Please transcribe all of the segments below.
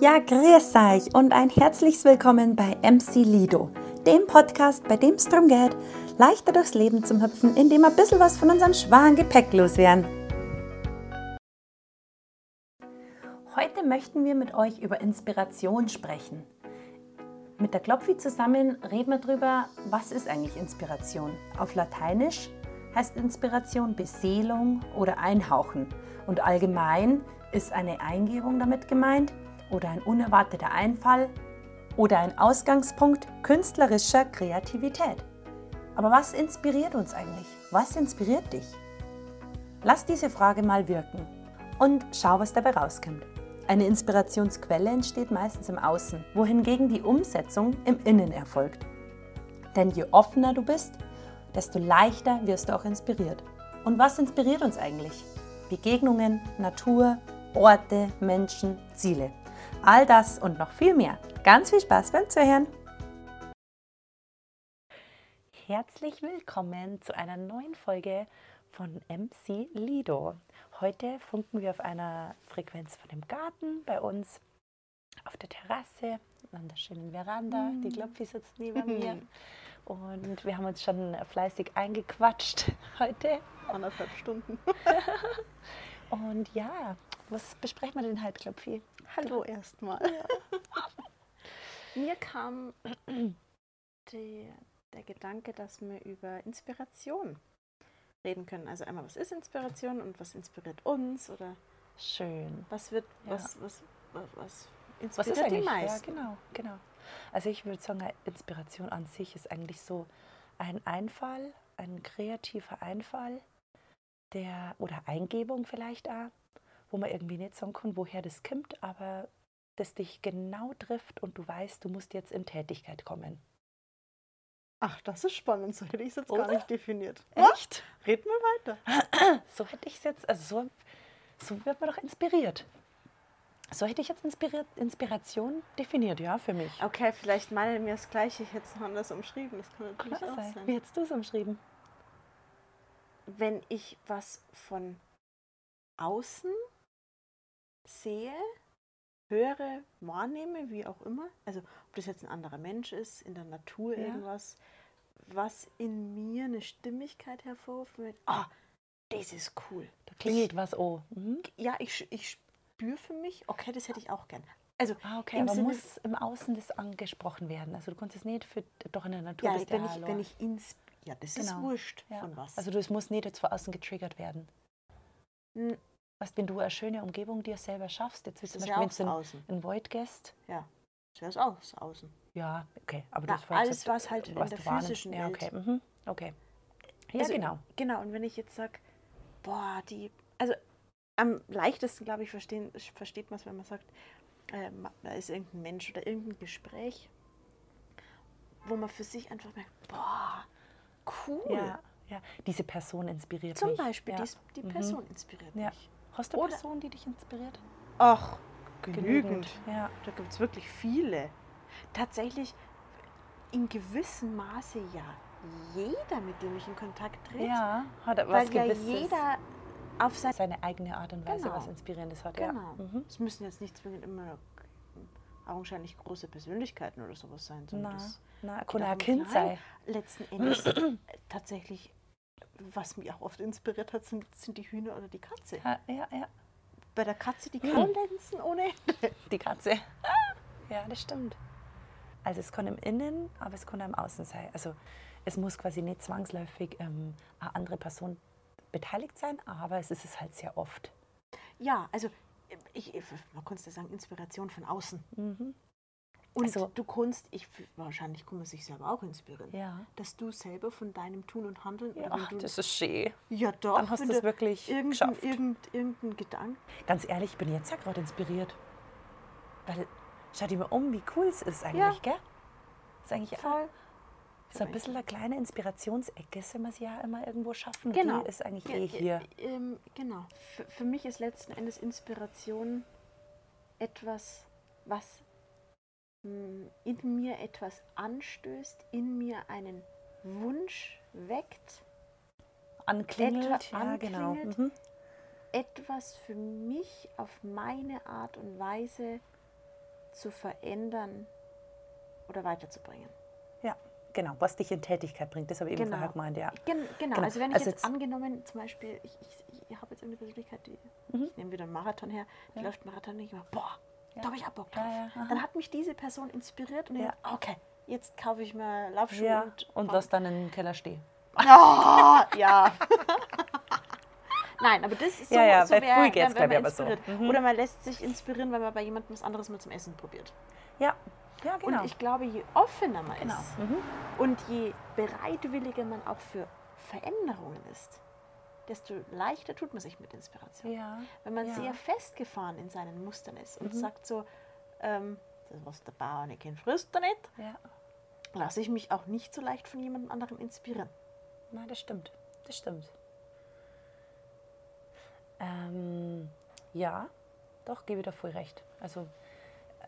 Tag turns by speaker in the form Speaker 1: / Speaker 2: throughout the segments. Speaker 1: Ja, grüß euch und ein herzliches Willkommen bei MC Lido, dem Podcast, bei dem es darum geht, leichter durchs Leben zu hüpfen, indem wir ein bisschen was von unserem schwachen Gepäck loswerden. Heute möchten wir mit euch über Inspiration sprechen. Mit der Klopfi zusammen reden wir darüber, was ist eigentlich Inspiration? Auf Lateinisch heißt Inspiration Beseelung oder Einhauchen. Und allgemein ist eine Eingebung damit gemeint oder ein unerwarteter Einfall oder ein Ausgangspunkt künstlerischer Kreativität. Aber was inspiriert uns eigentlich? Was inspiriert dich? Lass diese Frage mal wirken und schau, was dabei rauskommt. Eine Inspirationsquelle entsteht meistens im Außen, wohingegen die Umsetzung im Innen erfolgt. Denn je offener du bist, desto leichter wirst du auch inspiriert. Und was inspiriert uns eigentlich? Begegnungen, Natur, Orte, Menschen, Ziele. All das und noch viel mehr. Ganz viel Spaß beim Zuhören.
Speaker 2: Herzlich willkommen zu einer neuen Folge von MC Lido. Heute funken wir auf einer Frequenz von dem Garten bei uns auf der Terrasse an der schönen Veranda.
Speaker 3: Mhm.
Speaker 2: Die Klopfi sitzt neben mir. Und wir haben uns schon fleißig eingequatscht heute.
Speaker 3: anderthalb Stunden.
Speaker 2: Und ja, was besprechen wir denn heute, Klopfi?
Speaker 3: Hallo erstmal. Mir kam die, der Gedanke, dass wir über Inspiration reden können. Also einmal, was ist Inspiration und was inspiriert uns oder
Speaker 2: Schön.
Speaker 3: was wird,
Speaker 2: Ja.
Speaker 3: was, was, was, was
Speaker 2: Was
Speaker 3: inspiriert
Speaker 2: ist
Speaker 3: die
Speaker 2: eigentlich? Ja,
Speaker 3: meisten?
Speaker 2: genau, genau. Also ich würde sagen, Inspiration an sich ist eigentlich so ein Einfall, ein kreativer Einfall, der oder Eingebung vielleicht auch, wo man irgendwie nicht sagen kann, woher das kommt, aber das dich genau trifft und du weißt, du musst jetzt in Tätigkeit kommen.
Speaker 3: Ach, das ist spannend, so hätte ich es jetzt
Speaker 2: Oder?
Speaker 3: gar nicht definiert.
Speaker 2: Echt?
Speaker 3: Red mal weiter.
Speaker 2: So hätte ich es jetzt, also so, so wird man doch inspiriert. So hätte ich jetzt inspiriert, Inspiration definiert, ja, für mich.
Speaker 3: Okay, vielleicht meine mir das Gleiche jetzt noch anders umschrieben. Das kann natürlich
Speaker 2: Kann
Speaker 3: auch
Speaker 2: sein.
Speaker 3: sein.
Speaker 2: Wie hättest du es umschrieben?
Speaker 3: wenn ich was von außen sehe, höre, wahrnehme, wie auch immer, also ob das jetzt ein anderer Mensch ist, in der Natur
Speaker 2: Ja.
Speaker 3: irgendwas, was in mir eine Stimmigkeit hervorruft, mit, ah, das ist cool.
Speaker 2: Da klingelt was, oh. Mhm.
Speaker 3: Ja, ich, sch- ich spüre für mich, okay, das hätte ich auch gern. Also,
Speaker 2: Ah, okay,
Speaker 3: Im
Speaker 2: aber
Speaker 3: Sinne-
Speaker 2: muss im Außen das angesprochen werden. Also du kannst es nicht für doch in der Natur
Speaker 3: ja,
Speaker 2: bist
Speaker 3: wenn,
Speaker 2: ja
Speaker 3: ich, wenn ich ins, ja, das
Speaker 2: Genau.
Speaker 3: ist wurscht
Speaker 2: Ja.
Speaker 3: von was.
Speaker 2: Also das muss nicht jetzt von außen getriggert werden.
Speaker 3: N-
Speaker 2: Weißt, wenn du eine schöne Umgebung dir selber schaffst, jetzt wie
Speaker 3: das
Speaker 2: zum
Speaker 3: ist
Speaker 2: Beispiel,
Speaker 3: ja auch
Speaker 2: wenn
Speaker 3: das
Speaker 2: du in,
Speaker 3: Außen.
Speaker 2: in Void gehst,
Speaker 3: Das ist auch das Außen.
Speaker 2: ja, okay, aber
Speaker 3: Na,
Speaker 2: das war jetzt
Speaker 3: alles, was halt in der
Speaker 2: du wahrnimmst.
Speaker 3: physischen
Speaker 2: ja,
Speaker 3: Welt-
Speaker 2: okay, mhm, okay. Ja,
Speaker 3: Also,
Speaker 2: genau.
Speaker 3: Genau, und wenn ich jetzt sage, boah, die, also am leichtesten, glaube ich, verstehen, versteht man es, wenn man sagt, äh, ma- da ist irgendein Mensch oder irgendein Gespräch, wo man für sich einfach merkt, boah, cool.
Speaker 2: Ja, ja, diese Person inspiriert
Speaker 3: Zum
Speaker 2: mich.
Speaker 3: Beispiel,
Speaker 2: ja.
Speaker 3: dies, die
Speaker 2: Mhm.
Speaker 3: Person inspiriert
Speaker 2: Ja.
Speaker 3: mich.
Speaker 2: Hast du eine
Speaker 3: Oder-
Speaker 2: Person, die dich inspiriert?
Speaker 3: Ach, genügend.
Speaker 2: Ja.
Speaker 3: Da gibt es wirklich viele. Tatsächlich in gewissem Maße ja. Jeder, mit dem ich in Kontakt trete,
Speaker 2: ja, hat
Speaker 3: weil
Speaker 2: was
Speaker 3: ja
Speaker 2: Gewisses.
Speaker 3: jeder auf sein
Speaker 2: seine eigene Art und Weise
Speaker 3: Genau.
Speaker 2: was Inspirierendes hat.
Speaker 3: Genau.
Speaker 2: Ja. Mhm.
Speaker 3: Es müssen jetzt nicht zwingend immer augenscheinlich große Persönlichkeiten oder sowas sein, sondern
Speaker 2: Na,
Speaker 3: das
Speaker 2: na,
Speaker 3: geht
Speaker 2: kann
Speaker 3: auch
Speaker 2: ein
Speaker 3: im
Speaker 2: Kind
Speaker 3: Kleinen.
Speaker 2: sein.
Speaker 3: letzten Endes tatsächlich, was mich auch oft inspiriert hat, sind, sind die Hühner oder die Katze.
Speaker 2: Ja, ja, ja.
Speaker 3: Bei der Katze,
Speaker 2: Hm.
Speaker 3: die kann lenzen ohne Ende.
Speaker 2: Die Katze. ja, das stimmt. Also es kann im Innen, aber es kann auch im Außen sein. Also es muss quasi nicht zwangsläufig ähm, eine andere Person beteiligt sein, aber es ist es halt sehr oft.
Speaker 3: Ja, also ich, ich, man konnte ja sagen, Inspiration von außen.
Speaker 2: Mhm.
Speaker 3: Und
Speaker 2: Also-
Speaker 3: du kannst, ich, wahrscheinlich kann man sich selber auch inspirieren.
Speaker 2: Ja.
Speaker 3: Dass du selber von deinem Tun und Handeln
Speaker 2: Ja,
Speaker 3: oder wenn du,
Speaker 2: das ist schön.
Speaker 3: ja doch,
Speaker 2: Dann hast
Speaker 3: wenn
Speaker 2: du es
Speaker 3: du
Speaker 2: wirklich
Speaker 3: irgendein,
Speaker 2: geschafft.
Speaker 3: irgendein, irgendein Gedanken
Speaker 2: Ganz ehrlich, ich bin jetzt ja gerade inspiriert. Weil, schau dir mal um, wie cool es ist eigentlich, gell? Ist eigentlich auch
Speaker 3: voll
Speaker 2: So ein bisschen eine kleine Inspirationsecke, sind wir es ja immer irgendwo schaffen.
Speaker 3: Genau.
Speaker 2: Die ist eigentlich
Speaker 3: Ge-
Speaker 2: eh
Speaker 3: ge-
Speaker 2: hier.
Speaker 3: Ähm, genau. Für, für mich ist letzten Endes Inspiration etwas, was mh, in mir etwas anstößt, in mir einen Wunsch weckt,
Speaker 2: Anklingelt.
Speaker 3: etwa
Speaker 2: ja, genau.
Speaker 3: anklingelt.
Speaker 2: Mhm.
Speaker 3: etwas für mich auf meine Art und Weise zu verändern oder weiterzubringen.
Speaker 2: Ja, genau, was dich in Tätigkeit bringt, das habe ich eben
Speaker 3: Genau.
Speaker 2: vorher gemeint, ja.
Speaker 3: Gen genau.
Speaker 2: Genau.
Speaker 3: also wenn ich
Speaker 2: Also jetzt-
Speaker 3: jetzt, angenommen, zum Beispiel, ich, ich, ich habe jetzt eine Persönlichkeit, die,
Speaker 2: Mhm.
Speaker 3: ich nehme wieder einen Marathon her, die läuft Marathon und ich mache, boah,
Speaker 2: Ja.
Speaker 3: da habe ich auch Bock
Speaker 2: Ja,
Speaker 3: drauf.
Speaker 2: ja, aha.
Speaker 3: dann hat mich diese Person inspiriert und ich
Speaker 2: Ja.
Speaker 3: dachte, okay, jetzt kaufe ich mir Laufschuhe
Speaker 2: Ja,
Speaker 3: und,
Speaker 2: und lass dann im Keller stehen.
Speaker 3: Ah, ja. Nein, aber das ist so,
Speaker 2: Ja, ja,
Speaker 3: so
Speaker 2: bei
Speaker 3: wär-
Speaker 2: Früh geht's, glaub
Speaker 3: wenn- wenn
Speaker 2: ich,
Speaker 3: man
Speaker 2: aber so.
Speaker 3: inspiriert.
Speaker 2: Mhm.
Speaker 3: Oder man lässt sich inspirieren, weil man bei jemandem was anderes mal zum Essen probiert.
Speaker 2: Ja, ja genau.
Speaker 3: Und ich glaube, je offener man
Speaker 2: Genau.
Speaker 3: ist und je bereitwilliger man auch für Veränderungen ist, desto leichter tut man sich mit Inspiration.
Speaker 2: ja.
Speaker 3: Wenn man
Speaker 2: ja. Mhm.
Speaker 3: sehr festgefahren in seinen Mustern ist und sagt so, ähm, das was der Bauer nicht kennt, frisst er nicht,
Speaker 2: ja,
Speaker 3: lasse ich mich auch nicht so leicht von jemandem anderem inspirieren.
Speaker 2: nein, das stimmt. Das stimmt. Ähm, ja, doch, gebe ich dir voll recht. Also,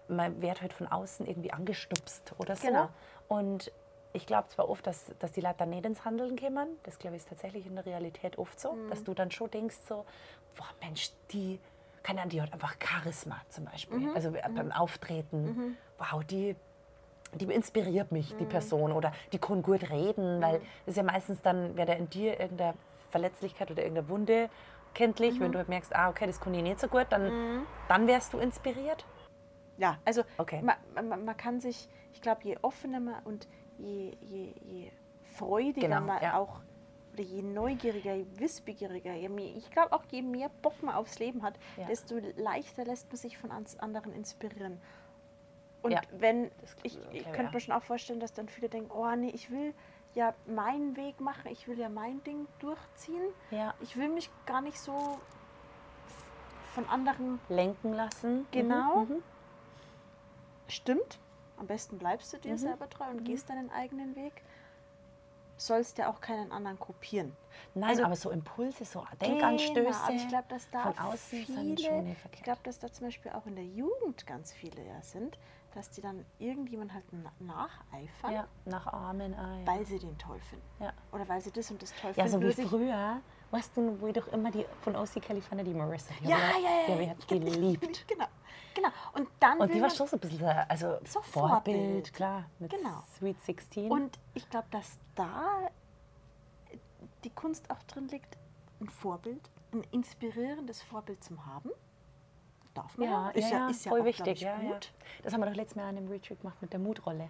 Speaker 2: man wird halt von außen irgendwie angestupst oder so.
Speaker 3: Genau.
Speaker 2: Und ich glaube zwar oft, dass, dass die Leute dann nicht ins Handeln kommen, das glaube ich ist tatsächlich in der Realität oft so, dass du dann schon denkst so, boah Mensch, die, keine Ahnung, die hat einfach Charisma zum Beispiel, also beim Auftreten, wow, die, die inspiriert mich,
Speaker 3: Mhm.
Speaker 2: die Person, oder die kann gut reden, weil es ist ja meistens dann, wer da in dir irgendeine Verletzlichkeit oder irgendeine Wunde kenntlich,
Speaker 3: Mhm.
Speaker 2: wenn du halt merkst, ah okay, das kann ich nicht so gut, dann, dann wärst du inspiriert.
Speaker 3: Ja, also
Speaker 2: Okay.
Speaker 3: ma- ma- man, kann sich, ich glaube, je offener man und je, je, je freudiger
Speaker 2: Genau,
Speaker 3: man
Speaker 2: ja.
Speaker 3: auch, oder je neugieriger, je wissbegieriger, je mehr, ich glaube auch, je mehr Bock man aufs Leben hat,
Speaker 2: Ja.
Speaker 3: desto leichter lässt man sich von ans- anderen inspirieren. Und
Speaker 2: Ja,
Speaker 3: wenn,
Speaker 2: das kann-
Speaker 3: ich,
Speaker 2: okay,
Speaker 3: ich könnte
Speaker 2: ja.
Speaker 3: mir schon auch vorstellen, dass dann viele denken, oh nee, ich will ja meinen Weg machen, ich will ja mein Ding durchziehen,
Speaker 2: Ja.
Speaker 3: ich will mich gar nicht so von anderen
Speaker 2: Lenken lassen.
Speaker 3: Genau.
Speaker 2: Mhm. Mhm.
Speaker 3: Stimmt. Am besten bleibst du dir
Speaker 2: Mhm.
Speaker 3: selber treu und gehst deinen eigenen Weg. Sollst ja auch keinen anderen kopieren.
Speaker 2: Nein,
Speaker 3: Also-
Speaker 2: aber so Impulse, so Denkanstöße.
Speaker 3: Genau, aber ich glaube, dass da
Speaker 2: von außen sind schon
Speaker 3: viele,
Speaker 2: nicht
Speaker 3: ich
Speaker 2: verkehrt.
Speaker 3: glaube, dass da zum Beispiel auch in der Jugend ganz viele ja sind, dass die dann irgendjemand halt na- nacheifern,
Speaker 2: ja, nach Armen ein.
Speaker 3: weil sie den toll finden.
Speaker 2: Ja.
Speaker 3: Oder weil sie das und das toll
Speaker 2: ja,
Speaker 3: finden.
Speaker 2: so wie
Speaker 3: nur sich-
Speaker 2: früher. Weißt du, wo ich doch immer die von OC California, die Marissa. die
Speaker 3: Ja,
Speaker 2: hab
Speaker 3: ja,
Speaker 2: ich-
Speaker 3: ja.
Speaker 2: Die habe ich halt geliebt.
Speaker 3: Genau, genau. Und dann
Speaker 2: Und
Speaker 3: will
Speaker 2: die war
Speaker 3: man-
Speaker 2: schon so ein bisschen, so, also
Speaker 3: So Vorbild.
Speaker 2: Vorbild, klar. Mit
Speaker 3: Genau.
Speaker 2: Sweet 16.
Speaker 3: Und ich glaube, dass da die Kunst auch drin liegt, ein Vorbild, ein inspirierendes Vorbild zu haben. Darf man
Speaker 2: ja, ja, ja, voll
Speaker 3: auch, glaub
Speaker 2: wichtig.
Speaker 3: ich,
Speaker 2: ja, ja.
Speaker 3: gut.
Speaker 2: Das haben wir doch letztes Mal an dem Retreat gemacht mit der Mutrolle.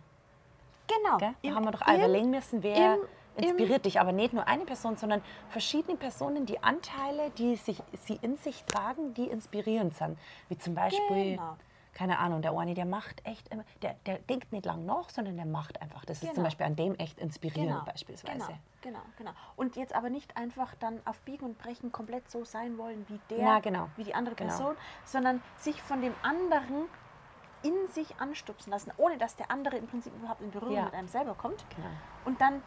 Speaker 3: Genau.
Speaker 2: Gell? Da
Speaker 3: Im-
Speaker 2: haben wir doch
Speaker 3: im-
Speaker 2: alle überlegen müssen, wer
Speaker 3: im- im-
Speaker 2: inspiriert dich. Aber nicht nur eine Person, sondern verschiedene Personen, die Anteile, die sich, sie in sich tragen, die inspirierend sind. Wie zum Beispiel,
Speaker 3: Genau.
Speaker 2: keine Ahnung, der eine, der macht echt immer, der, der denkt nicht lang nach, sondern der macht einfach. Das ist
Speaker 3: Genau.
Speaker 2: zum Beispiel an dem echt inspirierend,
Speaker 3: Genau,
Speaker 2: beispielsweise.
Speaker 3: Genau, genau, genau. Und jetzt aber nicht einfach dann auf Biegen und Brechen komplett so sein wollen wie der,
Speaker 2: Na, genau.
Speaker 3: wie die andere
Speaker 2: Genau.
Speaker 3: Person, sondern sich von dem anderen in sich anstupsen lassen, ohne dass der andere im Prinzip überhaupt in Berührung
Speaker 2: Ja.
Speaker 3: mit einem selber kommt.
Speaker 2: Genau.
Speaker 3: Und dann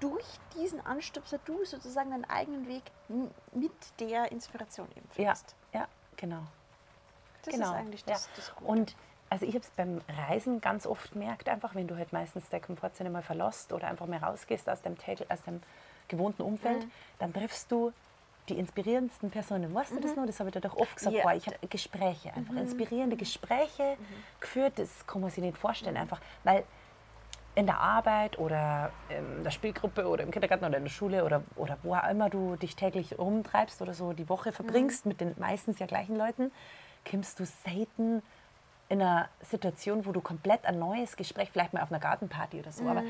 Speaker 3: durch diesen Anstupser du sozusagen deinen eigenen Weg m- mit der Inspiration eben
Speaker 2: Ja,
Speaker 3: findest.
Speaker 2: ja, genau.
Speaker 3: Das
Speaker 2: genau.
Speaker 3: ist eigentlich das,
Speaker 2: ja.
Speaker 3: das Gute.
Speaker 2: Und also ich habe es beim Reisen ganz oft gemerkt, einfach wenn du halt meistens der Komfortzone mal verlässt oder einfach mehr rausgehst aus dem, täglich, aus dem gewohnten Umfeld, dann triffst du die inspirierendsten Personen. Weißt du das noch? Das habe ich dir doch oft gesagt.
Speaker 3: Ja.
Speaker 2: Boah, ich habe Gespräche, einfach inspirierende Gespräche geführt. Das kann man sich nicht vorstellen, einfach weil in der Arbeit oder in der Spielgruppe oder im Kindergarten oder in der Schule oder, oder wo auch immer du dich täglich rumtreibst oder so die Woche verbringst mit den meistens ja gleichen Leuten, kommst du selten in einer Situation, wo du komplett ein neues Gespräch, vielleicht mal auf einer Gartenparty oder so, aber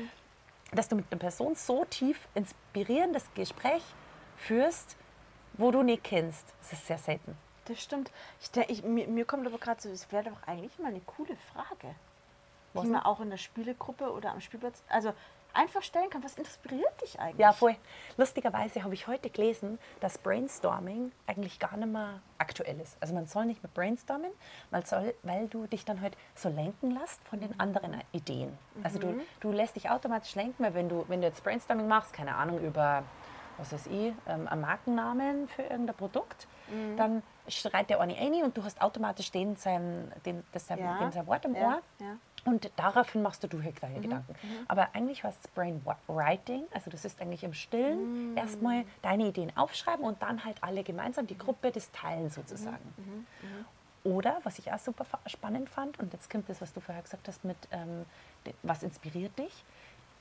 Speaker 2: dass du mit einer Person so tief inspirierendes Gespräch führst, wo du nicht kennst, das ist sehr selten.
Speaker 3: das stimmt. Ich, denk- ich, mir, mir kommt aber gerade so, das wäre doch eigentlich mal eine coole Frage.
Speaker 2: Was
Speaker 3: die man
Speaker 2: denn?
Speaker 3: auch in der Spielegruppe oder am Spielplatz, also einfach stellen kann, was inspiriert dich eigentlich?
Speaker 2: Ja, voll. Lustigerweise habe ich heute gelesen, dass Brainstorming eigentlich gar nicht mehr aktuell ist. Also man soll nicht mehr brainstormen, man soll, weil du dich dann halt so lenken lässt von den anderen Ideen. Also du, du lässt dich automatisch lenken, weil wenn du, wenn du jetzt Brainstorming machst, keine Ahnung, über, was weiß ich, ähm, einen Markennamen für irgendein Produkt, dann schreit der eine eine und du hast automatisch den sein, den, das sein,
Speaker 3: Ja.
Speaker 2: den sein Wort im
Speaker 3: Ja.
Speaker 2: Ohr.
Speaker 3: Ja. Mhm,
Speaker 2: Und daraufhin machst du du halt deine Gedanken. Aber eigentlich heißt es Brainwriting, also das ist eigentlich im
Speaker 3: Mhm.
Speaker 2: Stillen erstmal deine Ideen aufschreiben und dann halt alle gemeinsam die Gruppe das teilen sozusagen. Oder, was ich auch super fa- spannend fand, und jetzt kommt das, was du vorher gesagt hast, mit ähm, de- was inspiriert dich,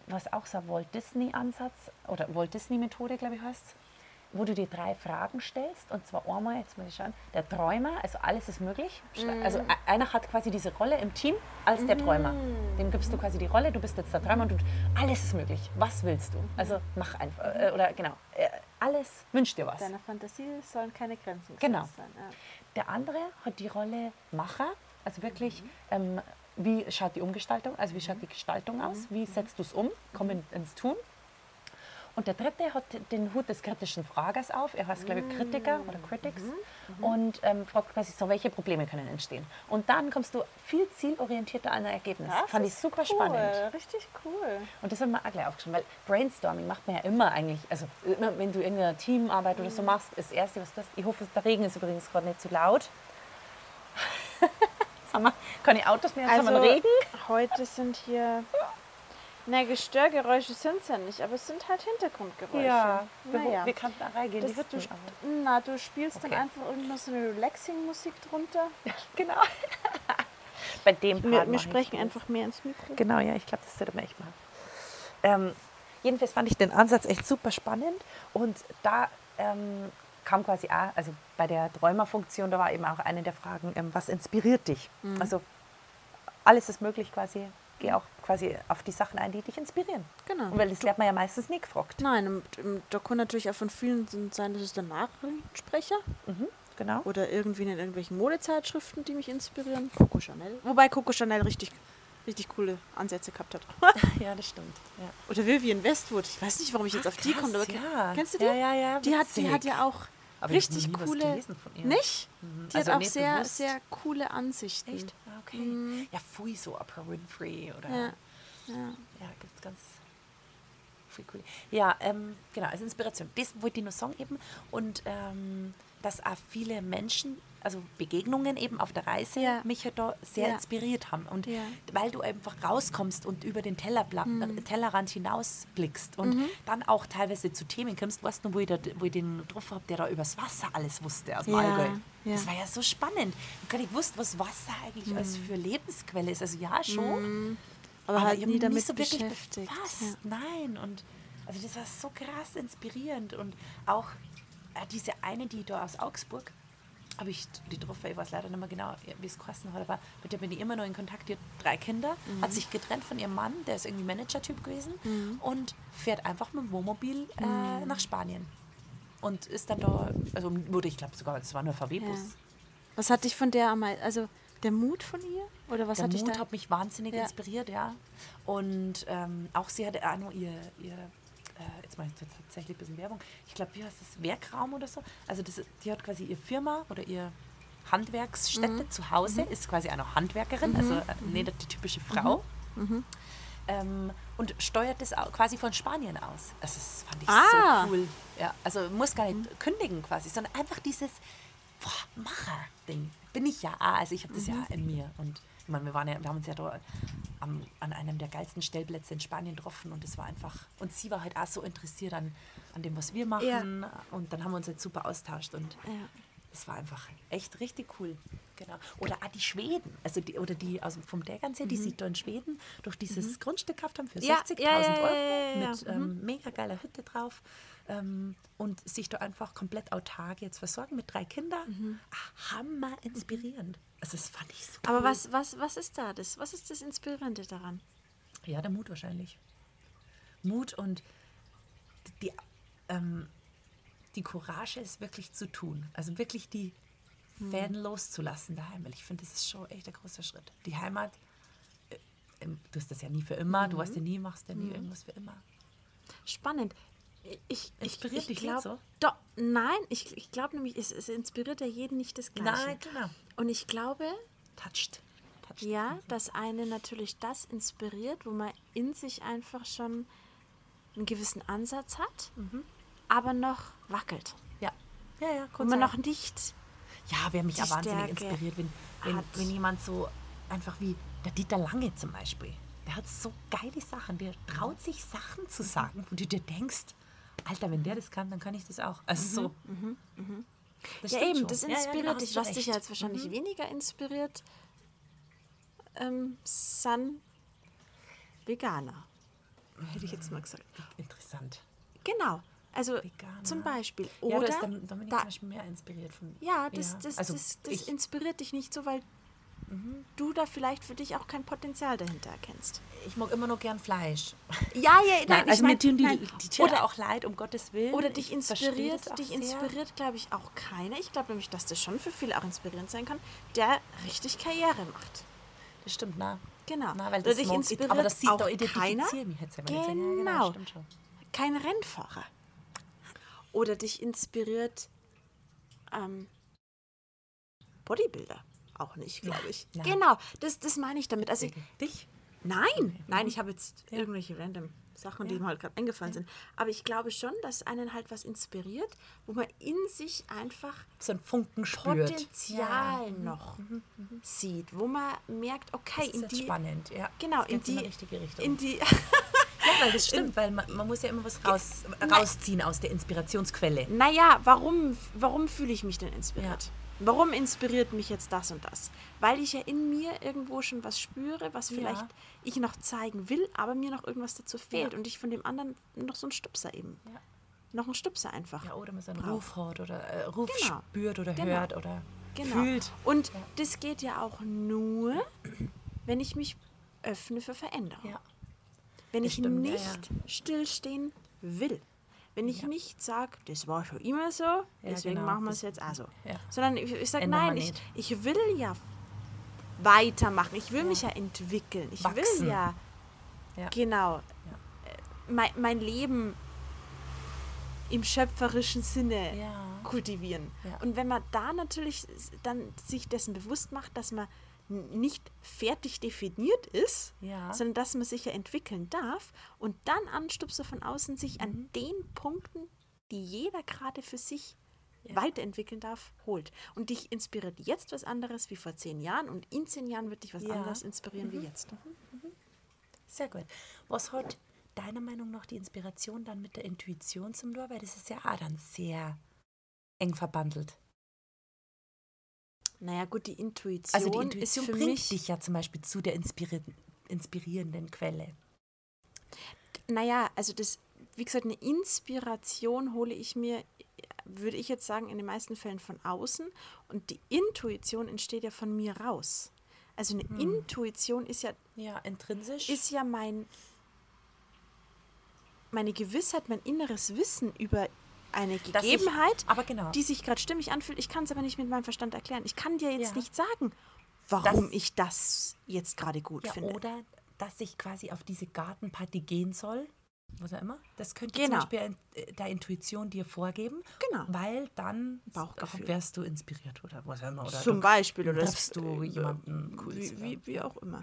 Speaker 2: was auch so ein Walt Disney-Ansatz oder Walt Disney-Methode, glaube ich, heißt wo du dir drei Fragen stellst, und zwar einmal, jetzt muss ich schauen, der Träumer, also alles ist möglich. Sta- Also e- einer hat quasi diese Rolle im Team als der Träumer. Dem gibst du quasi die Rolle, du bist jetzt der Träumer und du, alles ist möglich. Was willst du? Also mach einfach, äh, oder genau, äh, alles, wünsch dir was.
Speaker 3: Deiner Fantasie sollen keine Grenzen gesetzt
Speaker 2: Genau.
Speaker 3: sein. Ja.
Speaker 2: Der andere hat die Rolle Macher, also wirklich, ähm, wie schaut die Umgestaltung, also wie schaut die
Speaker 3: Mhm.
Speaker 2: Gestaltung aus, wie setzt du es um, komm in, ins Tun. Und der dritte hat den Hut des kritischen Fragers auf. Er heißt, glaube ich, Kritiker
Speaker 3: Mhm.
Speaker 2: oder Critics. Und ähm, fragt quasi so, welche Probleme können entstehen. Und dann kommst du viel zielorientierter an ein Ergebnis. Fand ich
Speaker 3: Ah, ist
Speaker 2: super
Speaker 3: cool,
Speaker 2: spannend.
Speaker 3: Richtig cool.
Speaker 2: Und das haben wir auch gleich aufgeschrieben, weil Brainstorming macht man ja immer eigentlich. Also immer, wenn du irgendeine Teamarbeit oder
Speaker 3: Mhm.
Speaker 2: so machst, ist das Erste, was du hast. Ich hoffe, der Regen ist übrigens gerade nicht zu laut. jetzt haben wir keine Autos mehr, jetzt haben
Speaker 3: Also,
Speaker 2: wir einen Regen.
Speaker 3: heute sind hier. Na, Gestörgeräusche sind es ja nicht, aber es sind halt Hintergrundgeräusche. naja.
Speaker 2: wir, wir kannten auch reingehen.
Speaker 3: das,
Speaker 2: die Hütten,
Speaker 3: du,
Speaker 2: aber-
Speaker 3: na, du spielst
Speaker 2: Okay.
Speaker 3: dann einfach irgendwas so eine Relaxing-Musik drunter.
Speaker 2: Genau. Bei dem Part
Speaker 3: Wir,
Speaker 2: mache
Speaker 3: wir
Speaker 2: ich
Speaker 3: sprechen
Speaker 2: das.
Speaker 3: einfach mehr ins Mikro.
Speaker 2: Genau, ja, ich glaube, das sollte man echt machen. Ähm, jedenfalls fand ich den Ansatz echt super spannend und da ähm, kam quasi auch, also bei der Träumerfunktion, da war eben auch eine der Fragen, ähm, was inspiriert dich?
Speaker 3: Mhm.
Speaker 2: Also alles ist möglich quasi, geh auch quasi auf die Sachen ein, die dich inspirieren.
Speaker 3: Genau.
Speaker 2: Und weil das lernt man ja meistens nie gefragt.
Speaker 3: Nein, und, ähm, da kann natürlich auch von vielen sein, dass es der Nachrichtensprecher
Speaker 2: Mhm, genau.
Speaker 3: oder irgendwie in irgendwelchen Modezeitschriften, die mich inspirieren. Coco Chanel. Wobei Coco Chanel richtig, richtig coole Ansätze gehabt hat.
Speaker 2: Ja, das stimmt. Ja.
Speaker 3: Oder Vivian Westwood. Ich weiß nicht, warum ich jetzt auf die
Speaker 2: krass,
Speaker 3: komme. Aber ke-
Speaker 2: ja.
Speaker 3: Kennst du die?
Speaker 2: Ja, ja, ja,
Speaker 3: Die hat, die
Speaker 2: witzig.
Speaker 3: hat ja auch
Speaker 2: Aber ich hab
Speaker 3: richtig
Speaker 2: noch nie was
Speaker 3: coole.
Speaker 2: gelesen von ihr.
Speaker 3: Nicht? Die
Speaker 2: Also
Speaker 3: hat auch
Speaker 2: nicht
Speaker 3: sehr,
Speaker 2: bewusst.
Speaker 3: sehr coole Ansichten.
Speaker 2: Echt? Ah, Okay. Ja, pfui, so Oprah Winfrey oder
Speaker 3: Ja. ja.
Speaker 2: Ja, gibt es ganz viel cool. Ja, ähm, genau, als Inspiration. Das wollte ich nur sagen eben. Und ähm, dass auch viele Menschen, also Begegnungen eben auf der Reise,
Speaker 3: Ja.
Speaker 2: mich ja da sehr
Speaker 3: Ja.
Speaker 2: inspiriert haben. Und
Speaker 3: Ja. Mhm.
Speaker 2: weil du einfach rauskommst und über den Tellerpla Tellerrand hinausblickst und dann auch teilweise zu Themen kommst, weißt du, wo ich, da, wo ich den drauf habe, der da übers Wasser alles wusste aus dem
Speaker 3: Ja,
Speaker 2: Allgäu.
Speaker 3: ja. Mhm.
Speaker 2: Das war ja so spannend. Ich habe gar nicht gewusst, was Wasser eigentlich als für Lebensquelle ist. Also ja, schon
Speaker 3: Aber, halt
Speaker 2: ich hab
Speaker 3: nie
Speaker 2: mich
Speaker 3: damit
Speaker 2: nicht so wirklich
Speaker 3: beschäftigt.
Speaker 2: befasst.
Speaker 3: Ja.
Speaker 2: Nein, und also das war so krass inspirierend und auch äh, diese eine, die da aus Augsburg, habe ich die getroffen, ich weiß leider nicht mehr genau, wie es geheißen hat, aber mit der bin ich immer noch in Kontakt. Die hat drei Kinder,
Speaker 3: Mhm.
Speaker 2: hat sich getrennt von ihrem Mann, der ist irgendwie Manager-Typ gewesen und fährt einfach mit dem Wohnmobil äh,
Speaker 3: Mhm.
Speaker 2: nach Spanien. Und ist dann da, also wurde ich glaube sogar, es war nur VW-Bus.
Speaker 3: Ja. Was hat dich von der am mei- also der Mut von ihr? Oder was
Speaker 2: der
Speaker 3: hat dich
Speaker 2: Mut
Speaker 3: da?
Speaker 2: hat mich wahnsinnig
Speaker 3: Ja.
Speaker 2: inspiriert, ja. Und ähm, auch sie hatte auch noch ihr, ihr äh, jetzt mache ich tatsächlich ein bisschen Werbung, ich glaube, wie heißt das, Werkraum oder so. Also das, die hat quasi ihr Firma oder ihr Handwerksstätte
Speaker 3: Mhm.
Speaker 2: zu Hause, ist quasi auch noch Handwerkerin, also äh, nicht die typische
Speaker 3: Mhm.
Speaker 2: Frau. Ähm, und steuert das au- quasi von Spanien aus. Also das fand ich
Speaker 3: Ah.
Speaker 2: so cool. Ja, also muss gar nicht kündigen quasi, sondern einfach dieses boah, Macher-Ding. Bin ich ja auch. Also ich habe das
Speaker 3: Mhm.
Speaker 2: ja auch in mir. Und ich meine, wir, waren ja, wir haben uns ja da am, an einem der geilsten Stellplätze in Spanien getroffen und es war einfach. Und sie war halt auch so interessiert an, an dem, was wir machen. Und dann haben wir uns halt super austauscht und
Speaker 3: Ja.
Speaker 2: das war einfach echt richtig cool. Genau. Oder auch die Schweden, also die, oder die aus, dem- vom Dägernsee, die sich da in Schweden durch dieses Grundstück gekauft haben für
Speaker 3: Mhm. Ja,
Speaker 2: 60.000
Speaker 3: ja, ja, ja,
Speaker 2: Euro
Speaker 3: ja, ja,
Speaker 2: mit ähm, mega geiler Hütte drauf ähm, und sich da einfach komplett autark jetzt versorgen mit drei Kindern. Ah, Hammer inspirierend. Also das fand ich super.
Speaker 3: Aber was, was, was ist da das? Was ist das Inspirierende daran?
Speaker 2: Ja, der Mut wahrscheinlich. Mut und die, ähm, die Courage, es wirklich zu tun. Also wirklich die Fäden loszulassen daheim. Weil ich finde, das ist schon echt ein großer Schritt. Die Heimat, äh, ähm, du hast das ja nie für immer. Du hast ja nie, machst ja nie irgendwas für immer.
Speaker 3: Spannend. Ich, ich,
Speaker 2: Inspiriert
Speaker 3: ich
Speaker 2: dich
Speaker 3: glaub,
Speaker 2: nicht so?
Speaker 3: Doch, nein, ich, ich glaube nämlich, es, es inspiriert ja jeden nicht das Gleiche.
Speaker 2: Nein, genau.
Speaker 3: Und ich glaube,
Speaker 2: Touched. Touched.
Speaker 3: ja, dass eine natürlich das inspiriert, wo man in sich einfach schon einen gewissen Ansatz hat,
Speaker 2: Mhm.
Speaker 3: aber noch wackelt.
Speaker 2: Ja. Ja, ja,
Speaker 3: Wo
Speaker 2: kurz.
Speaker 3: man noch nicht
Speaker 2: Ja, wer mich
Speaker 3: die
Speaker 2: auch wahnsinnig
Speaker 3: Stärke
Speaker 2: inspiriert, wenn, wenn,
Speaker 3: hat.
Speaker 2: wenn jemand so einfach wie der Dieter Lange zum Beispiel, der hat so geile Sachen, der
Speaker 3: Mhm.
Speaker 2: traut sich Sachen zu sagen, wo du dir denkst, Alter, wenn der das kann, dann kann ich das auch. Also so Das
Speaker 3: Mhm, ja,
Speaker 2: stimmt
Speaker 3: eben,
Speaker 2: schon.
Speaker 3: das
Speaker 2: Ja, genau, ja, da
Speaker 3: inspiriert
Speaker 2: hast
Speaker 3: dich,
Speaker 2: du
Speaker 3: was dich ja
Speaker 2: recht. Mhm.
Speaker 3: jetzt wahrscheinlich weniger inspiriert, ähm, san Veganer. Hätte ich jetzt mal gesagt.
Speaker 2: Interessant.
Speaker 3: Genau. Also
Speaker 2: Veganer.
Speaker 3: zum Beispiel.
Speaker 2: ja,
Speaker 3: Oder
Speaker 2: da ist der Dominik
Speaker 3: da-
Speaker 2: zum Beispiel mehr inspiriert von.
Speaker 3: ja, das, das,
Speaker 2: also
Speaker 3: das, das
Speaker 2: ich, Mhm.
Speaker 3: inspiriert dich nicht so, weil du da vielleicht für dich auch kein Potenzial dahinter erkennst.
Speaker 2: ich mag immer noch gern Fleisch.
Speaker 3: Ja, ja, nein, ich
Speaker 2: also
Speaker 3: mein,
Speaker 2: mir tun die,
Speaker 3: nein.
Speaker 2: die Tiere
Speaker 4: Oder
Speaker 2: auch
Speaker 4: auch leid, um Gottes Willen.
Speaker 3: Oder dich
Speaker 4: Ich verstehe das
Speaker 3: inspiriert,
Speaker 4: auch
Speaker 3: dich
Speaker 4: sehr.
Speaker 3: inspiriert, glaube ich, auch keiner. Ich glaube nämlich, dass das schon für viele auch inspirierend sein kann, der richtig Karriere macht.
Speaker 2: Das stimmt, na.
Speaker 3: Genau.
Speaker 2: Na, weil
Speaker 3: Oder
Speaker 2: das
Speaker 3: dich
Speaker 2: mag,
Speaker 3: inspiriert
Speaker 2: aber das sieht
Speaker 3: auch
Speaker 2: da
Speaker 3: keiner.
Speaker 2: identifiziere ich mich jetzt selber nicht. Ja, ja,
Speaker 3: Genau.
Speaker 2: stimmt schon.
Speaker 3: Kein Rennfahrer. Oder dich inspiriert ähm, Bodybuilder. Auch nicht, glaube ich.
Speaker 2: nein.
Speaker 3: Genau, das, das meine ich damit. Also,
Speaker 2: Dich? Mhm.
Speaker 3: nein, nein, ich habe jetzt irgendwelche random Sachen, die mir halt gerade eingefallen sind. Aber ich glaube schon, dass einen halt was inspiriert, wo man in sich einfach
Speaker 2: So ein Funken spürt. Mhm.
Speaker 3: Potenzial noch sieht, wo man merkt, okay,
Speaker 2: Das ist
Speaker 3: in
Speaker 2: jetzt
Speaker 3: die,
Speaker 2: spannend, ja.
Speaker 3: genau,
Speaker 2: das
Speaker 3: in
Speaker 2: geht in
Speaker 3: die,
Speaker 2: die richtige Richtung.
Speaker 3: in die,
Speaker 2: ja, weil das stimmt, weil man, man muss ja immer was raus, rausziehen aus der Inspirationsquelle.
Speaker 3: naja, warum, warum fühle ich mich denn inspiriert? Warum inspiriert mich jetzt das und das? Weil ich ja in mir irgendwo schon was spüre, was vielleicht ich noch zeigen will, aber mir noch irgendwas dazu fehlt und ich von dem anderen noch so einen Stupser eben.
Speaker 2: Ja.
Speaker 3: Noch einen Stupser einfach.
Speaker 2: Ja, oder man so einen
Speaker 3: Brauch.
Speaker 2: Ruf hat oder äh, Ruf
Speaker 3: Genau.
Speaker 2: spürt oder
Speaker 3: Genau.
Speaker 2: hört oder
Speaker 3: Genau.
Speaker 2: fühlt.
Speaker 3: Und das geht ja auch nur, wenn ich mich öffne für Veränderung.
Speaker 2: Ja.
Speaker 3: Wenn
Speaker 2: Das
Speaker 3: ich
Speaker 2: stimmt, ja,
Speaker 3: nicht stillstehen will. Wenn ich nicht sage, das war schon immer so, deswegen
Speaker 2: genau,
Speaker 3: machen wir
Speaker 2: das-
Speaker 3: es jetzt auch so.
Speaker 2: ja.
Speaker 3: Sondern ich, ich sage,
Speaker 2: Ändern wir
Speaker 3: nein, ich,
Speaker 2: nicht.
Speaker 3: ich will ja weitermachen. Ich will mich ja entwickeln. Ich
Speaker 2: Wachsen.
Speaker 3: will ja,
Speaker 2: Ja.
Speaker 3: genau, äh, mein, mein Leben im schöpferischen Sinne
Speaker 2: Ja.
Speaker 3: kultivieren.
Speaker 2: Ja.
Speaker 3: Und wenn man da natürlich s- dann sich dessen bewusst macht, dass man n- nicht fertig definiert ist,
Speaker 2: Ja.
Speaker 3: sondern dass man sich ja entwickeln darf und dann Anstupse von außen sich an
Speaker 2: Mhm.
Speaker 3: den Punkten, die jeder gerade für sich weiterentwickeln darf, holt. Und dich inspiriert jetzt was anderes wie vor zehn Jahren und in zehn Jahren wird dich was
Speaker 2: Ja. Mhm.
Speaker 3: anderes inspirieren wie jetzt.
Speaker 2: Sehr gut. Was hat deiner Meinung nach die Inspiration dann mit der Intuition zum Tor? Weil das ist ja auch dann sehr eng verbandelt.
Speaker 3: Naja gut, die Intuition,
Speaker 2: Also die Intuition
Speaker 3: ist für
Speaker 2: bringt
Speaker 3: mich,
Speaker 2: dich ja zum Beispiel zu der inspiri inspirierenden Quelle.
Speaker 3: naja, also das, wie gesagt, eine Inspiration hole ich mir, würde ich jetzt sagen, in den meisten Fällen von außen. Und die Intuition entsteht ja von mir raus. Also eine
Speaker 2: Hm.
Speaker 3: Intuition ist ja,
Speaker 2: Ja, intrinsisch.
Speaker 3: ist ja mein, meine Gewissheit, mein inneres Wissen über eine
Speaker 2: dass ich-
Speaker 3: Gegebenheit,
Speaker 2: aber genau.
Speaker 3: die sich gerade stimmig anfühlt. Ich kann es aber nicht mit meinem Verstand erklären. Ich kann dir jetzt
Speaker 2: Ja.
Speaker 3: nicht sagen, warum
Speaker 2: Das-
Speaker 3: ich das jetzt gerade gut
Speaker 2: ja,
Speaker 3: finde.
Speaker 2: oder dass ich quasi auf diese Gartenparty gehen soll. Was auch immer. Das könnte
Speaker 3: Genau.
Speaker 2: zum Beispiel äh, der Intuition dir vorgeben.
Speaker 3: Genau.
Speaker 2: Weil dann
Speaker 3: Bauchgefühl.
Speaker 2: wärst du inspiriert oder was auch immer. Oder
Speaker 3: Zum
Speaker 2: du
Speaker 3: Beispiel oder
Speaker 2: triffst du
Speaker 3: äh,
Speaker 2: jemanden Cooles,
Speaker 3: wie,
Speaker 2: oder?
Speaker 3: wie, wie auch immer.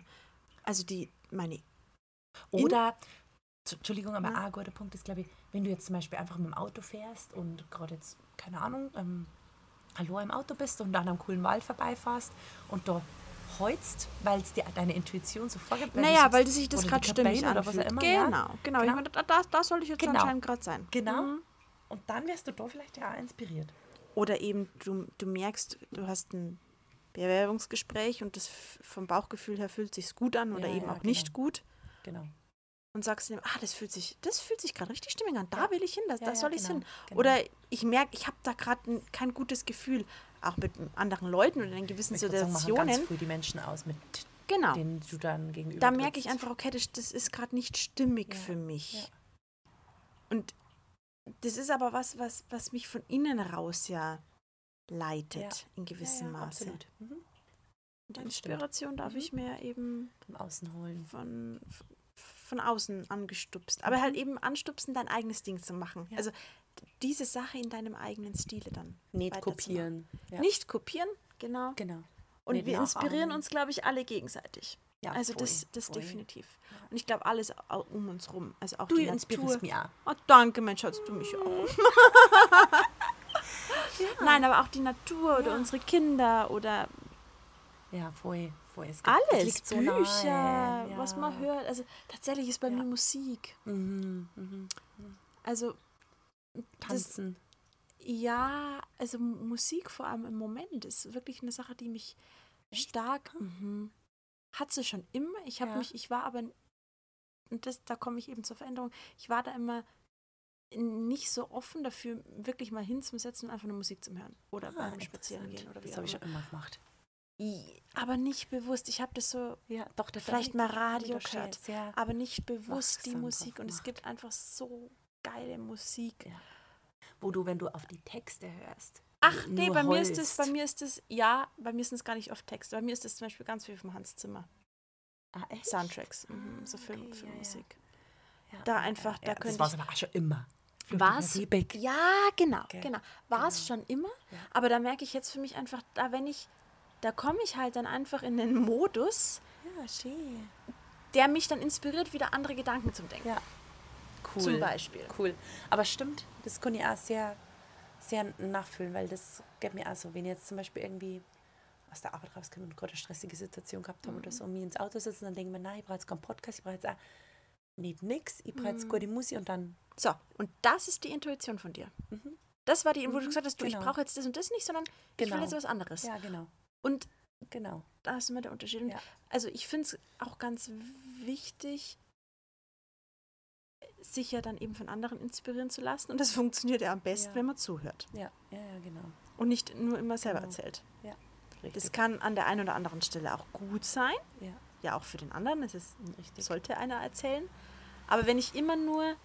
Speaker 3: Also die, meine, In-
Speaker 2: Oder, T- Entschuldigung, aber ein guter Punkt ist, glaube ich, wenn du jetzt zum Beispiel einfach mit dem Auto fährst und gerade jetzt, keine Ahnung, ähm, hallo im Auto bist und dann am coolen Wald vorbeifahrst und da holst, weil es dir deine Intuition so vorgibt. du
Speaker 3: naja,
Speaker 2: sagst,
Speaker 3: weil sich das
Speaker 2: oder die
Speaker 3: gerade
Speaker 2: Kapelle
Speaker 3: stimmig
Speaker 2: oder was
Speaker 3: anfühlt.
Speaker 2: auch immer.
Speaker 3: genau,
Speaker 2: Ja.
Speaker 3: genau, Ich meine, da, da, da soll ich jetzt
Speaker 2: Genau.
Speaker 3: anscheinend gerade sein.
Speaker 2: Genau. Und dann wärst du da vielleicht ja auch inspiriert.
Speaker 3: Oder eben, du, du merkst, du hast ein Bewerbungsgespräch und das f- vom Bauchgefühl her fühlt sich gut an oder
Speaker 2: Ja,
Speaker 3: eben
Speaker 2: ja,
Speaker 3: auch nicht
Speaker 2: genau.
Speaker 3: gut
Speaker 2: Genau.
Speaker 3: und sagst dem, ah, das fühlt sich, das fühlt sich gerade richtig stimmig an, da
Speaker 2: Ja.
Speaker 3: will ich hin, da,
Speaker 2: Ja,
Speaker 3: da
Speaker 2: ja,
Speaker 3: soll ich
Speaker 2: genau,
Speaker 3: hin.
Speaker 2: genau.
Speaker 3: Oder ich merke, ich habe da gerade kein gutes Gefühl, auch mit anderen Leuten oder in gewissen
Speaker 2: Ich würd sagen, machen ganz
Speaker 3: Situationen.
Speaker 2: früh die Menschen aus, mit
Speaker 3: genau.
Speaker 2: denen du dann gegenüber
Speaker 3: da merke ich
Speaker 2: trittst.
Speaker 3: einfach, okay, das, das ist gerade nicht stimmig
Speaker 2: Ja,
Speaker 3: für mich.
Speaker 2: ja.
Speaker 3: Und das ist aber was, was, was mich von innen raus ja leitet,
Speaker 2: Ja.
Speaker 3: in gewissem
Speaker 2: ja, ja,
Speaker 3: Maße.
Speaker 2: Absolut. Mhm.
Speaker 3: Und
Speaker 2: Ja, das stimmt.
Speaker 3: Inspiration darf
Speaker 2: Mhm.
Speaker 3: ich mir eben
Speaker 2: Im Außen holen.
Speaker 3: von, von außen angestupst. Aber halt eben anstupsen, dein eigenes Ding zu machen.
Speaker 2: Mhm. Ja.
Speaker 3: Also d- diese Sache in deinem eigenen Stile dann.
Speaker 2: Nicht
Speaker 3: weiterzumachen.
Speaker 2: kopieren. Ja.
Speaker 3: Nicht kopieren, genau.
Speaker 2: Genau.
Speaker 3: Und
Speaker 2: Nicht
Speaker 3: wir inspirieren
Speaker 2: nachahmen.
Speaker 3: uns, glaube ich, alle gegenseitig.
Speaker 2: Ja,
Speaker 3: also
Speaker 2: voll,
Speaker 3: das, das
Speaker 2: voll.
Speaker 3: definitiv. Und ich glaube, alles au- um uns rum. Also auch
Speaker 2: Du Mhm.
Speaker 3: die
Speaker 2: inspirierst
Speaker 3: Natur.
Speaker 2: mich auch.
Speaker 3: Oh, danke, Mensch, hast du mich auch. Nein, aber auch die Natur oder unsere Kinder oder
Speaker 2: Ja, voll, voll. Es gibt- es
Speaker 3: alles.
Speaker 2: liegt so
Speaker 3: Bücher,
Speaker 2: nahe, ja.
Speaker 3: was man hört. Also tatsächlich ist bei mir Musik.
Speaker 2: Mhm, mhm.
Speaker 3: Also das-
Speaker 2: Tanzen.
Speaker 3: Ja, also M- Musik vor allem im Moment ist wirklich eine Sache, die mich stark mhm, hat sie schon immer. Ich habe
Speaker 2: Ja.
Speaker 3: mich, ich war aber und das, da komme ich eben zur Veränderung. Ich war da immer nicht so offen dafür, wirklich mal hinzusetzen und einfach nur Musik zum Hören oder beim Ah, Spazieren gehen oder wie
Speaker 2: Ah, Das
Speaker 3: auch
Speaker 2: habe ich schon
Speaker 3: immer.
Speaker 2: immer gemacht.
Speaker 3: I- Aber nicht bewusst. Ich habe das so
Speaker 2: Ja, doch, das
Speaker 3: vielleicht mal Radio gehört,
Speaker 2: Radioschatz. Ja.
Speaker 3: aber nicht bewusst die
Speaker 2: Wachsam drauf
Speaker 3: Musik. Und es
Speaker 2: macht.
Speaker 3: gibt einfach so geile Musik.
Speaker 2: Ja. Wo du, wenn du auf die Texte hörst.
Speaker 3: Ach nee,
Speaker 2: nur
Speaker 3: bei mir ist es,
Speaker 2: heulst.
Speaker 3: bei mir ist es, ja, bei mir sind es gar nicht oft Texte. Bei mir ist es zum Beispiel ganz viel vom Hans Zimmer.
Speaker 2: Ah, echt?
Speaker 3: Soundtracks, mhm, so Film,
Speaker 2: Ah, okay, ja,
Speaker 3: Filmmusik.
Speaker 2: Ja,
Speaker 3: Da
Speaker 2: ja,
Speaker 3: einfach, da
Speaker 2: ja,
Speaker 3: könnte
Speaker 2: Das war
Speaker 3: ich-
Speaker 2: so eine Asche immer.
Speaker 3: War's?
Speaker 2: Liebig.
Speaker 3: Ja, genau,
Speaker 2: Gell?
Speaker 3: genau. War es schon immer,
Speaker 2: Ja.
Speaker 3: aber da merke ich jetzt für mich einfach, da wenn ich, da komme ich halt dann einfach in den Modus,
Speaker 2: Ja, schön.
Speaker 3: der mich dann inspiriert, wieder andere Gedanken zum Denken.
Speaker 2: Ja. Cool.
Speaker 3: Zum Beispiel.
Speaker 2: Cool. Aber stimmt, das kann ich auch sehr, sehr nachfühlen, weil das geht mir auch so, wenn ich jetzt zum Beispiel irgendwie aus der Arbeit rauskomme und gerade eine stressige Situation gehabt habe
Speaker 3: Mhm.
Speaker 2: oder so und mich ins Auto sitzen, dann denke ich mir, nein, ich brauche jetzt keinen Podcast, ich brauche jetzt auch nicht nix, ich brauche
Speaker 3: Mhm.
Speaker 2: jetzt gute Musik und dann mhm,
Speaker 3: So, und das ist die Intuition von dir. Das war die, wo du gesagt hast, du, ich
Speaker 2: genau.
Speaker 3: brauche jetzt das und das nicht, sondern ich will
Speaker 2: Genau.
Speaker 3: jetzt was anderes.
Speaker 2: Ja, genau.
Speaker 3: Und
Speaker 2: Genau.
Speaker 3: da ist immer der Unterschied. Und
Speaker 2: Ja.
Speaker 3: Also ich finde es auch ganz wichtig, sich ja dann eben von anderen inspirieren zu lassen. Und das funktioniert ja am besten,
Speaker 2: Ja.
Speaker 3: wenn man zuhört
Speaker 2: Ja, ja, ja genau.
Speaker 3: und nicht nur immer selber
Speaker 2: Genau.
Speaker 3: erzählt.
Speaker 2: Ja.
Speaker 3: Das kann an der einen oder anderen Stelle auch gut sein.
Speaker 2: Ja.
Speaker 3: Ja, auch für den anderen. Es ist, sollte einer erzählen. Aber wenn ich immer nur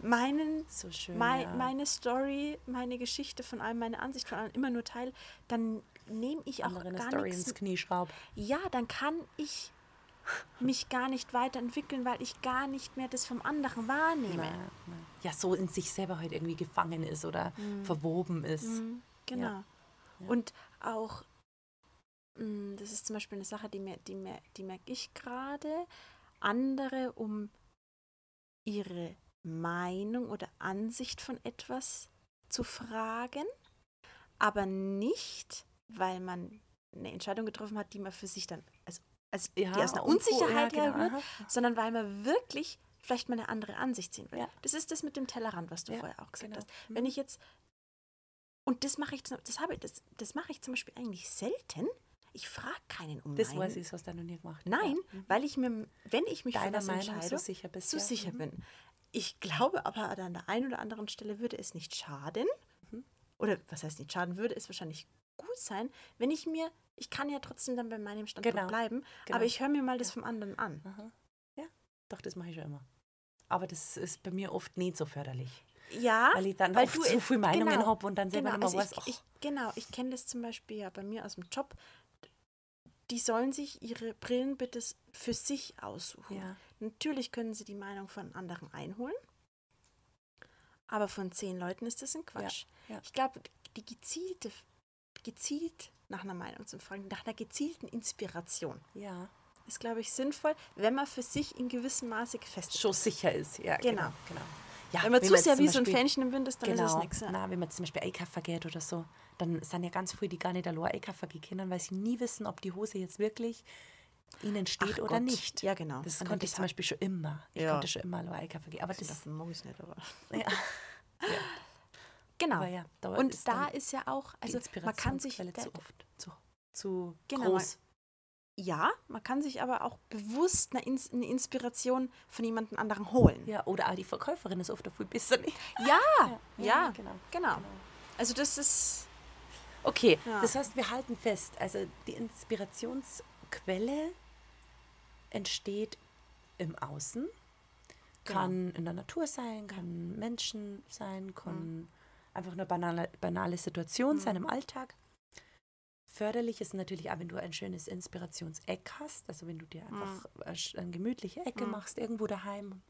Speaker 3: meinen
Speaker 2: So schön.
Speaker 3: Mei-
Speaker 2: ja.
Speaker 3: meine Story, meine Geschichte von allem, meine Ansicht von allem immer nur teil, dann nehme ich auch
Speaker 2: Andere eine
Speaker 3: gar
Speaker 2: Story ins
Speaker 3: nichts.
Speaker 2: Knie schraub.
Speaker 3: Ja, dann kann ich mich gar nicht weiterentwickeln, weil ich gar nicht mehr das vom anderen wahrnehme.
Speaker 2: Nein, nein. Ja, so in sich selber halt irgendwie gefangen ist oder verwoben ist.
Speaker 3: Mhm, Genau. Und auch, mh, das ist zum Beispiel eine Sache, die, mir, die, mir, die merke ich gerade, andere um ihre Meinung oder Ansicht von etwas zu fragen, aber nicht, weil man eine Entscheidung getroffen hat, die man für sich dann, also, also die aus einer
Speaker 2: und so,
Speaker 3: Unsicherheit
Speaker 2: ja, genau,
Speaker 3: herrührt,
Speaker 2: aha.
Speaker 3: sondern weil man wirklich vielleicht mal eine andere Ansicht sehen will.
Speaker 2: Ja.
Speaker 3: Das ist das mit dem Tellerrand, was du
Speaker 2: Ja,
Speaker 3: vorher auch gesagt
Speaker 2: genau.
Speaker 3: hast. Wenn ich jetzt und das mache ich, zum- das habe ich, das, das mache ich zum Beispiel eigentlich selten. Ich frage keinen um
Speaker 2: Das
Speaker 3: meinen-
Speaker 2: weiß ich, das hast du noch nie gemacht.
Speaker 3: Nein,
Speaker 2: Ja. Mhm.
Speaker 3: weil ich mir, wenn ich mich für
Speaker 2: Deiner
Speaker 3: was
Speaker 2: Meinung
Speaker 3: entscheide,
Speaker 2: so sicher bist.
Speaker 3: so
Speaker 2: ja.
Speaker 3: sicher
Speaker 2: Mhm.
Speaker 3: bin. Ich glaube aber an der einen oder anderen Stelle würde es nicht schaden.
Speaker 2: Mhm.
Speaker 3: Oder was heißt nicht schaden würde, ist wahrscheinlich gut sein, wenn ich mir, ich kann ja trotzdem dann bei meinem Standpunkt
Speaker 2: Genau,
Speaker 3: bleiben,
Speaker 2: genau.
Speaker 3: aber ich höre mir mal das vom anderen an.
Speaker 2: Aha. Ja, doch, das mache ich schon immer. Aber das ist bei mir oft nicht so förderlich,
Speaker 3: Ja,
Speaker 2: weil ich dann
Speaker 3: weil
Speaker 2: oft
Speaker 3: du
Speaker 2: zu
Speaker 3: es-
Speaker 2: viele Meinungen
Speaker 3: genau,
Speaker 2: habe und dann selber
Speaker 3: genau,
Speaker 2: immer
Speaker 3: also
Speaker 2: weiß,
Speaker 3: ich, ich, genau, ich kenne das zum Beispiel ja bei mir aus dem Job. Die sollen sich ihre Brillen bitte s- für sich
Speaker 2: ach,
Speaker 3: aussuchen.
Speaker 2: ja,
Speaker 3: Natürlich können sie die Meinung von anderen einholen, aber von zehn Leuten ist das ein Quatsch.
Speaker 2: ja.
Speaker 3: Ich glaube, die gezielte, gezielt nach einer Meinung zu fragen, nach einer gezielten Inspiration,
Speaker 2: ja,
Speaker 3: ist, glaube ich, sinnvoll, wenn man für sich in gewissem Maße gefestigt
Speaker 2: schon sicher ist. Ja, genau.
Speaker 3: Genau.
Speaker 2: genau. Ja,
Speaker 3: Wenn man zu
Speaker 2: jetzt
Speaker 3: sehr
Speaker 2: zum
Speaker 3: wie so ein
Speaker 2: Beispiel-
Speaker 3: Fähnchen im Wind ist, dann ist es ne?
Speaker 2: Genau,
Speaker 3: nichts. Ja.
Speaker 2: Nein, wenn man zum Beispiel Einkaufen geht oder so, dann sind ja ganz viele, die gar nicht allein einkaufen gehen können, weil sie nie wissen, ob die Hose jetzt wirklich ihnen steht
Speaker 3: Ach
Speaker 2: oder
Speaker 3: Gott.
Speaker 2: nicht.
Speaker 3: Ja, genau.
Speaker 2: Das
Speaker 3: Und
Speaker 2: konnte
Speaker 3: das
Speaker 2: ich zum
Speaker 3: hat-
Speaker 2: Beispiel schon immer. Ich
Speaker 3: Ja.
Speaker 2: konnte schon immer allein einkaufen gehen. Aber das,
Speaker 3: Davon mag ich's nicht, aber.
Speaker 2: ja.
Speaker 3: Genau.
Speaker 2: Aber ja, da
Speaker 3: und
Speaker 2: ist
Speaker 3: da
Speaker 2: dann
Speaker 3: ist ja auch,
Speaker 2: die
Speaker 3: also man kann sich,
Speaker 2: Inspirationsquelle
Speaker 3: da-
Speaker 2: zu oft, zu, zu
Speaker 3: Genau, man-
Speaker 2: groß.
Speaker 3: ja, man kann sich aber auch bewusst eine, Ins eine Inspiration von jemandem anderen holen.
Speaker 2: Ja, oder auch die Verkäuferin ist oft dafür besser.
Speaker 3: Ja, ja,
Speaker 2: ja, genau,
Speaker 3: genau. Also das ist,
Speaker 2: Okay,
Speaker 3: Ja.
Speaker 2: das heißt, wir halten fest, also die Inspirationsquelle entsteht im Außen,
Speaker 3: Genau.
Speaker 2: kann in der Natur sein, kann Menschen sein, kann
Speaker 3: Mhm.
Speaker 2: einfach eine banale, banale Situation sein im Alltag. Förderlich ist natürlich auch, wenn du ein schönes Inspirationseck hast, also wenn du dir
Speaker 3: Mhm.
Speaker 2: einfach eine sch- eine gemütliche Ecke machst, irgendwo daheim,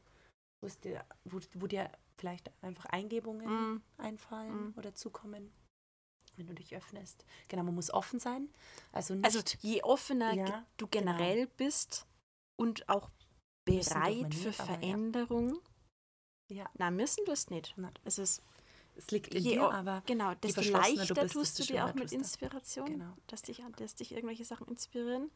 Speaker 2: wo, es dir, wo, wo dir vielleicht einfach Eingebungen
Speaker 3: Mm.
Speaker 2: einfallen oder zukommen, wenn du dich öffnest. Genau, man muss offen sein. Also nicht
Speaker 3: also je offener
Speaker 2: Ja, genau.
Speaker 3: ge- du generell bist und auch
Speaker 2: Müssen tut man
Speaker 3: bereit
Speaker 2: nie,
Speaker 3: für
Speaker 2: aber ja.
Speaker 3: Veränderung.
Speaker 2: Ja.
Speaker 3: Na, müssen du es nicht.
Speaker 2: Nein.
Speaker 3: Es ist
Speaker 2: es liegt in
Speaker 3: je
Speaker 2: dir,
Speaker 3: o-
Speaker 2: aber
Speaker 3: genau,
Speaker 2: je
Speaker 3: desto
Speaker 2: verschlossener du
Speaker 3: leichter
Speaker 2: bist,
Speaker 3: tust du
Speaker 2: desto
Speaker 3: dir auch
Speaker 2: schneller
Speaker 3: mit
Speaker 2: tust du.
Speaker 3: Inspiration,
Speaker 2: Genau.
Speaker 3: dass, dich, dass dich irgendwelche Sachen inspirieren.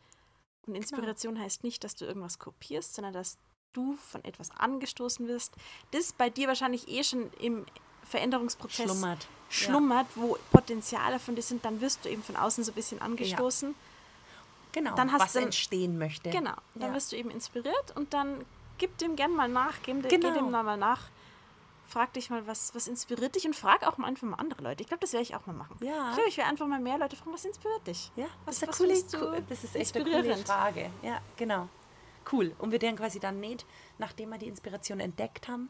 Speaker 3: Und Inspiration heißt nicht, dass du irgendwas kopierst, sondern dass du von etwas angestoßen wirst, das bei dir wahrscheinlich eh schon im Veränderungsprozess
Speaker 2: schlummert.
Speaker 3: schlummert, wo Potenziale von dir sind, dann wirst du eben von außen so ein bisschen angestoßen.
Speaker 2: Genau.
Speaker 3: Dann hast
Speaker 2: was
Speaker 3: du-
Speaker 2: entstehen möchte.
Speaker 3: Genau, dann
Speaker 2: Ja.
Speaker 3: wirst du eben inspiriert und dann gib dem gern mal nach, gib, dem-
Speaker 2: Genau.
Speaker 3: geh dem da mal nach. Frag dich mal, was, was inspiriert dich und frag auch mal einfach mal andere Leute. Ich glaube, das werde ich auch mal machen.
Speaker 2: Ja.
Speaker 3: Ich, glaub, ich werde einfach mal mehr Leute fragen, was inspiriert dich?
Speaker 2: Ja,
Speaker 3: was,
Speaker 2: das ist,
Speaker 3: was
Speaker 2: eine
Speaker 3: findest
Speaker 2: coole,
Speaker 3: du
Speaker 2: cool- das ist echt eine coole
Speaker 3: inspirierend?
Speaker 2: Frage. Ja, genau. Cool. Und wir werden quasi dann nicht, nachdem wir die Inspiration entdeckt haben,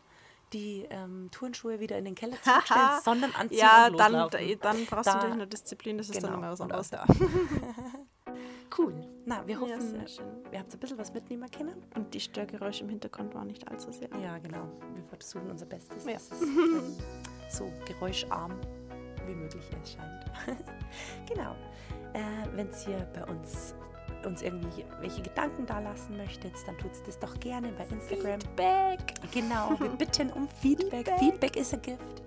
Speaker 2: die ähm, Turnschuhe wieder in den Keller zurückstellen, sondern anziehen
Speaker 3: Ja,
Speaker 2: und
Speaker 3: dann,
Speaker 2: loslaufen.
Speaker 3: dann brauchst
Speaker 2: Da-
Speaker 3: du natürlich eine Disziplin, das ist
Speaker 2: genau,
Speaker 3: dann nochmal was
Speaker 2: und
Speaker 3: anderes. Ja.
Speaker 2: Cool. Na, wir
Speaker 3: Ja,
Speaker 2: hoffen,
Speaker 3: sehr schön.
Speaker 2: wir haben ein bisschen was mitnehmen können.
Speaker 3: Und die Störgeräusche im Hintergrund waren nicht allzu sehr.
Speaker 2: Ja, genau. Wir versuchen unser Bestes,
Speaker 3: Ja.
Speaker 2: dass es ähm, so geräuscharm wie möglich erscheint. genau. Äh, Wenn ihr bei uns uns irgendwie welche Gedanken da lassen möchtet, dann tut es das doch gerne bei Instagram.
Speaker 3: Feedback!
Speaker 2: Genau, wir bitten um Feedback. Feedback ist ein Gift.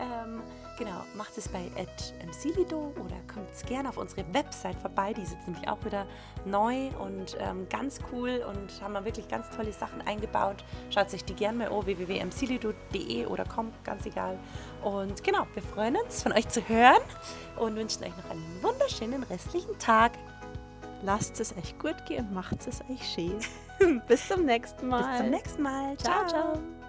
Speaker 2: Ähm, genau, macht es bei at msilido oder kommt gerne auf unsere Website vorbei. Die ist jetzt nämlich auch wieder neu und ähm, ganz cool und haben wir wirklich ganz tolle Sachen eingebaut. Schaut sich die gerne mal an, www.msilido.de e oder com, ganz egal. Und genau, wir freuen uns, von euch zu hören und wünschen euch noch einen wunderschönen restlichen Tag.
Speaker 3: Lasst es euch gut gehen und macht es euch schön. Bis zum nächsten Mal.
Speaker 2: Bis zum nächsten Mal.
Speaker 3: Ciao,
Speaker 2: ciao.
Speaker 3: ciao.